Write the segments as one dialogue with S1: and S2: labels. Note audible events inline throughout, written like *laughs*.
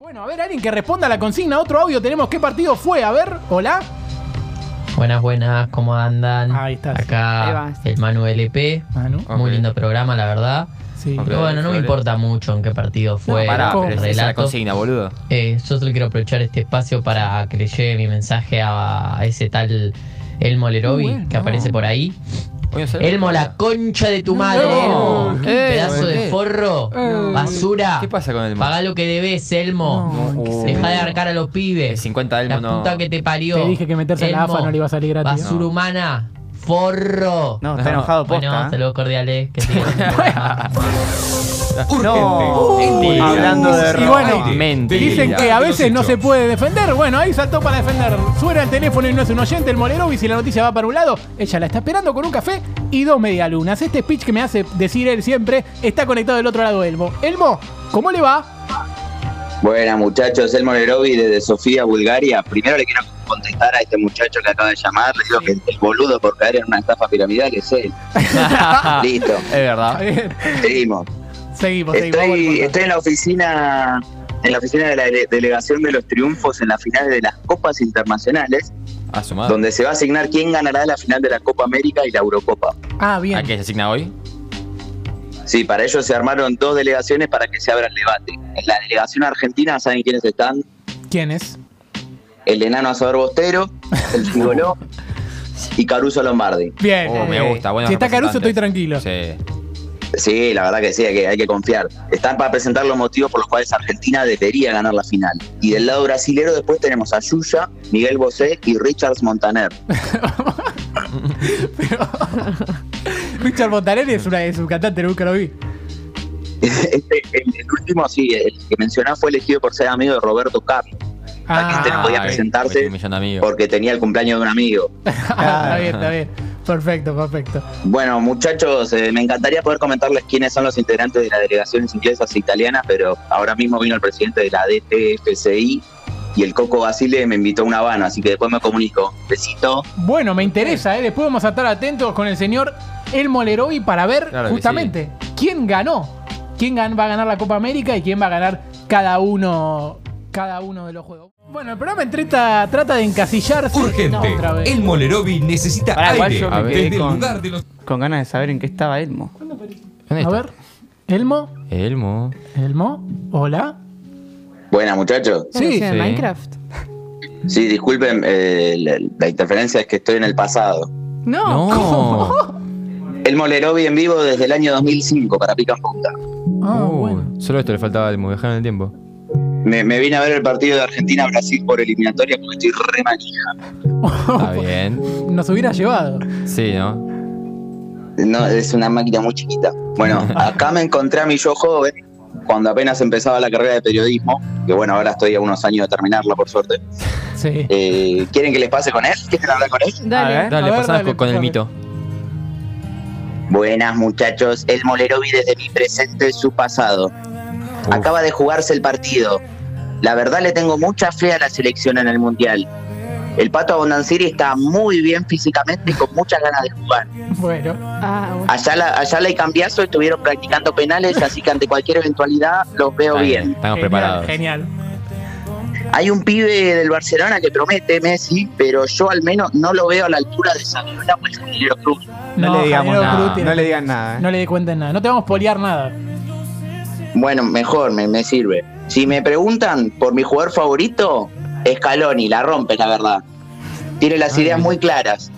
S1: Bueno, a ver, alguien que responda a la consigna, otro audio tenemos. ¿Qué partido fue? A ver, hola.
S2: Buenas, buenas, ¿cómo andan?
S1: Ahí estás.
S2: Acá
S3: Ahí vas.
S2: el Manu LP.
S1: Manu.
S4: Ok.
S2: Muy lindo programa, la verdad.
S1: Sí.
S4: Ok.
S2: Pero bueno, no me
S4: Flores.
S2: importa mucho en qué partido fue.
S4: Pará,
S1: ¿cómo?
S4: pero esa es la
S2: Relato.
S4: consigna, boludo.
S2: Eh, yo solo quiero aprovechar este espacio para que le llegue mi mensaje a ese tal Elmo Lerovi
S1: Muy bueno.
S2: que aparece por ahí.
S4: Hoy no sale.
S2: Elmo, la concha de tu madre.
S4: No.
S2: Elmo.
S4: ¿Qué?
S2: Pedazo de
S4: ¿Qué?
S2: forro.
S1: No.
S2: Basura.
S4: ¿Qué pasa con el
S2: Pagá lo que debes, Elmo.
S1: No,
S4: No. uh.
S1: ¿en qué
S2: Deja de
S1: serio?
S2: arcar a los
S4: El
S2: pibes.
S4: 50 del
S2: La
S4: mono.
S2: puta que te parió.
S1: Te dije que meterse en la
S2: Elmo,
S1: AFA no le iba a salir gratis.
S2: Basura humana. Forro.
S5: No, está
S4: No.
S5: enojado posta.
S2: Bueno,
S5: ¿eh?
S2: saludos cordiales. Que
S4: *laughs*
S2: sigan.
S5: No.
S4: Urgente.
S5: Hablando de
S1: Y bueno,
S4: Mentira.
S1: Dicen que a
S6: Los
S1: veces no
S6: hechos.
S1: se puede defender. Bueno, ahí saltó para defender. Suena el teléfono y no es un oyente, el molero. Y si la noticia va para un lado, ella la está esperando con un café y dos medialunas. Este speech que me hace decir él siempre está conectado del otro lado, Elmo. Elmo, ¿cómo le va?
S7: Buenas muchachos, Elmo Nerovi desde Sofía, Bulgaria. Primero le quiero contestar a este muchacho que acaba de llamar, le digo que el boludo por caer en una estafa piramidal es él.
S4: Ah.
S7: Listo,
S4: *laughs* Es verdad.
S1: Bien.
S7: seguimos.
S1: Seguimos, seguimos. vamos
S7: Estoy,
S1: por acá.
S7: estoy en la oficina en la oficina de la dele- delegación de los triunfos en la final de las copas internacionales,
S4: A su madre.
S7: donde se va a asignar quién ganará la final de la Copa América y la Eurocopa.
S1: Ah,
S4: ¿A
S1: bien.
S4: qué se asigna hoy?
S7: Sí, para ello se armaron dos delegaciones para que se abra el debate. En la delegación argentina, ¿saben quiénes están?
S1: ¿Quién es?
S7: el enano asador Bostero, el Gigoló y Caruso Lombardi.
S1: Bien.
S4: Oh, me gusta. buenos
S1: Si está Caruso, estoy
S4: representantes.
S1: tranquilo.
S4: Sí.
S7: Sí, la verdad que sí, hay que, hay que confiar. Están para presentar los motivos por los cuales Argentina debería ganar la final. Y del lado brasilero después tenemos a Yuya, Miguel Bosé y Richards Montaner. *laughs*
S1: Richard Montaner es, una, es un cantante, nunca lo vi.
S7: Este, el, el último, sí, el que mencionaba fue elegido por ser amigo de Roberto Carlos,
S1: Ah,
S7: Este no podía
S4: Ay,
S7: presentarse.
S4: porque es un millón de amigos.
S7: porque tenía el cumpleaños de un amigo.
S1: *laughs* Ah, está bien, está bien. Perfecto, perfecto.
S7: Bueno, muchachos, eh, me encantaría poder comentarles quiénes son los integrantes de las delegaciones inglesas e italianas, pero ahora mismo vino el presidente de la DTFCI y el Coco Basile me invitó a una Habana, así que después me comunico. Besito.
S1: Bueno, me interesa, ¿eh? Después vamos a estar atentos con el señor Elmo Leroy para ver
S4: Claro que
S1: justamente quién ganó. ¿Quién gan- va a ganar la Copa América y quién va a ganar cada uno, cada uno de los juegos? Bueno, el programa trata, trata de encasillarse
S6: Urgente.
S1: otra vez.
S6: el Molerovi necesita
S5: Pará, igual
S6: aire
S5: yo
S4: me
S6: desde
S5: quedé
S6: el
S5: con-
S6: lugar de los.
S5: Con ganas de saber en qué estaba Elmo.
S4: ¿Dónde
S1: A
S4: está?
S1: ver, Elmo,
S4: Elmo.
S1: Elmo, hola.
S7: Buenas, muchachos.
S1: Sí,
S3: Sí,
S4: sí.
S3: Minecraft.
S7: Sí, disculpen, eh, la, la interferencia es que estoy en el pasado.
S1: *laughs*
S3: No.
S4: *laughs* No.
S7: El Molerovi en vivo desde el año 2005 para Pica en Punta.
S1: Ah,
S4: Uh,
S1: bueno.
S4: Solo esto le faltaba al viajar en el tiempo.
S7: Me, me vine a ver el partido de Argentina-Brasil por eliminatoria porque estoy re manija.
S1: *laughs*
S4: Está bien.
S1: Nos hubiera llevado.
S4: Sí, ¿no?
S7: No, es una máquina muy chiquita. Bueno, acá me encontré a mi yo joven cuando apenas empezaba la carrera de periodismo, que bueno, ahora estoy a unos años de terminarla, por suerte.
S1: Sí.
S7: Eh, ¿Quieren que les pase con él? ¿Quieren hablar con él?
S3: Dale.
S5: A ver.
S4: Dale,
S1: A ver,
S4: pasamos
S1: dale,
S4: con, con el
S1: dale.
S4: mito.
S7: Buenas muchachos, el Molerovi desde mi presente su pasado. Acaba de jugarse el partido. La verdad le tengo mucha fe a la selección en el Mundial. El Pato Abondancieri está muy bien físicamente y con muchas ganas de jugar.
S1: Bueno,
S3: Ah, bueno.
S7: Ayala, Ayala y Cambiazo estuvieron practicando penales, así que ante cualquier eventualidad los veo
S4: Está
S7: bien.
S4: Estamos
S1: genial,
S4: preparados.
S1: genial.
S7: Hay un pibe del Barcelona que promete Messi, pero yo al menos no lo veo a la altura de Saviola o el Javier Cruz.
S5: No, le digamos
S1: Javier
S5: nada.
S1: Cruz tiene-
S5: No le digan nada. ¿eh?
S1: No le di cuenta en nada. No te vamos a poliar nada.
S7: Bueno, mejor, me, me sirve. Si me preguntan por mi jugador favorito, Scaloni, la rompe, la verdad. Tiene las ideas muy claras.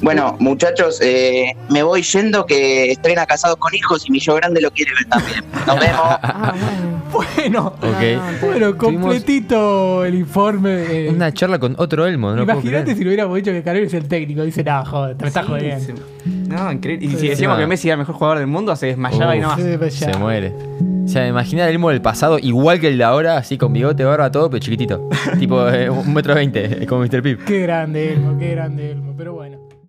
S7: Bueno, muchachos, eh, me voy yendo que estrena Casados con Hijos y mi yo grande lo quiere ver también. Nos vemos.
S3: Ah, bueno.
S1: *laughs* Bueno,
S4: Ok.
S3: No, no,
S1: bueno, completito el informe. eh,
S4: Una charla con otro Elmo, ¿no? lo puedo
S1: Imagínate
S4: creer.
S1: si lo hubiéramos dicho que Carol es el técnico. Dice, no, joder, te me estás jodiendo.
S5: Sí. No, increíble. Y si decíamos
S4: Sí.
S5: que Messi era el mejor jugador del mundo, se desmayaba y no más.
S1: Sí, pues ya.
S4: Se muere. O sea, imagina el Elmo del pasado igual que el de ahora, así con bigote, barba, *laughs* todo, pero chiquitito. tipo eh, un metro veinte, como Mr. Pip.
S1: Qué grande Elmo, qué grande Elmo. Pero bueno.